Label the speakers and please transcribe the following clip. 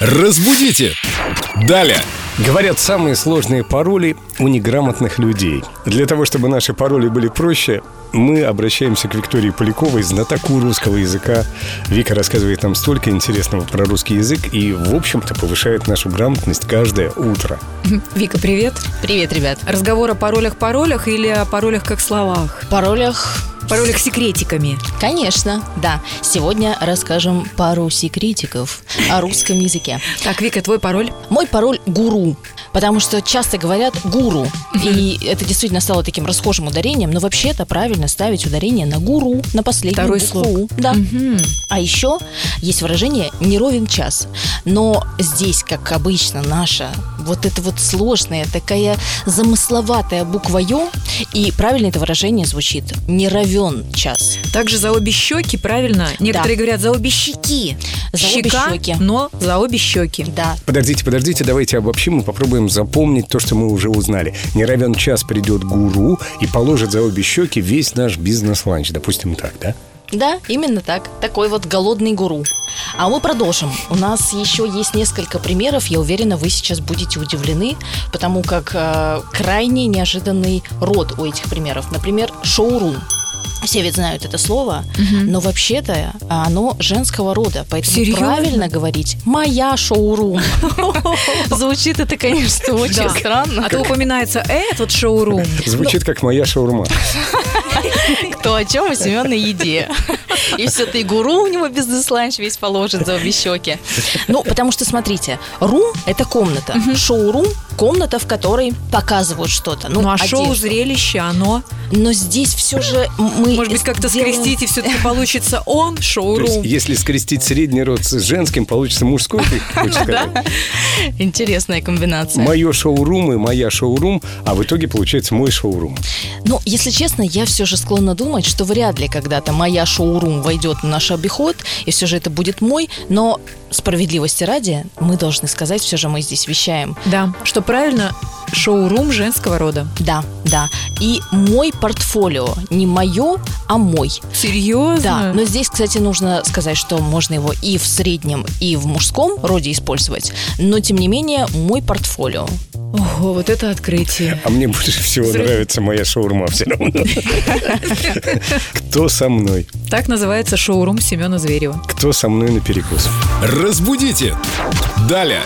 Speaker 1: Разбудите! Далее!
Speaker 2: Говорят, самые сложные пароли у неграмотных людей. Для того, чтобы наши пароли были проще, мы обращаемся к Виктории Поляковой, знатоку русского языка. Вика рассказывает нам столько интересного про русский язык и, в общем-то, повышает нашу грамотность каждое утро.
Speaker 3: Вика, привет.
Speaker 4: Привет, ребят.
Speaker 3: Разговор о паролях-паролях или о паролях как словах?
Speaker 4: Паролях?
Speaker 3: Паролях с секретиками.
Speaker 4: Конечно, да. Сегодня расскажем пару секретиков о русском языке.
Speaker 3: Так, Вика, твой пароль?
Speaker 4: Мой пароль – гуру, потому что часто говорят «гуру», и это действительно стало таким расхожим ударением, но вообще-то правильно ставить ударение на «гуру», на последнюю
Speaker 3: Второй
Speaker 4: букву
Speaker 3: слог.
Speaker 4: «у». Да. А еще есть выражение «не ровен час». Но здесь, как обычно, наша вот эта вот сложная, такая замысловатая буква «ё», и правильно это выражение звучит «не равен час».
Speaker 3: Также за обе щеки, правильно? Некоторые говорят за обе щеки.
Speaker 4: За обе
Speaker 3: Щека,
Speaker 4: щеки.
Speaker 3: но за обе щеки.
Speaker 4: Да,
Speaker 2: Подождите, подождите, давайте обобщим и попробуем запомнить то, что мы уже узнали. Не равен час придет гуру и положит за обе щеки весь наш бизнес-ланч. Допустим, так, да?
Speaker 4: Да, именно так. Такой вот голодный гуру. А мы продолжим. У нас еще есть несколько примеров. Я уверена, вы сейчас будете удивлены, потому как э, крайне неожиданный род у этих примеров. Например, шоурум. Все ведь знают это слово, но вообще-то а, оно женского рода, поэтому
Speaker 3: Серьезно?
Speaker 4: правильно говорить «моя шоурум». Звучит это, конечно, очень
Speaker 3: Да.
Speaker 4: странно.
Speaker 3: А то упоминается этот шоурум.
Speaker 1: Ну,
Speaker 2: Звучит как моя шаурма.
Speaker 4: кто о чем у Семена на еде. И все, ты гуру у него бизнес-ланч весь положен за обе щеки. Ну, потому что, смотрите, рум – это комната. Шоу-рум – комната, в которой показывают что-то. Ну,
Speaker 3: Ну а
Speaker 4: одежду.
Speaker 3: шоу-зрелище, оно...
Speaker 4: Но здесь все же мы
Speaker 3: Может быть, как-то
Speaker 4: делаем-
Speaker 3: скрестить, и все-таки получится он
Speaker 2: То есть,
Speaker 3: шоурум.
Speaker 2: если скрестить средний род с женским, получится мужской, ты хочешь сказать?
Speaker 4: Интересная комбинация.
Speaker 2: Мое шоурум и моя шоурум, а в итоге получается мой шоурум.
Speaker 4: Но, Ну, если честно, я все же склонна думать, что вряд ли когда-то моя шоурум войдет на наш обиход, и все же это будет мой, но справедливости ради мы должны сказать, все же мы здесь вещаем
Speaker 3: Да, что правильно, шоурум женского рода.
Speaker 4: Да, да. И мой портфолио. Не мое, а мой. Да,
Speaker 3: Серьезно?
Speaker 4: но здесь, кстати, нужно сказать, что можно его и в среднем, и в мужском роде использовать. Но, тем не менее, мой портфолио.
Speaker 3: Ого, вот это открытие.
Speaker 2: А мне больше всего
Speaker 3: Взрыв.
Speaker 2: нравится моя шаурма все равно. Кто со мной?
Speaker 3: Так называется шоурум Семена Зверева.
Speaker 2: Кто со мной на перекус?
Speaker 1: Разбудите! Далее!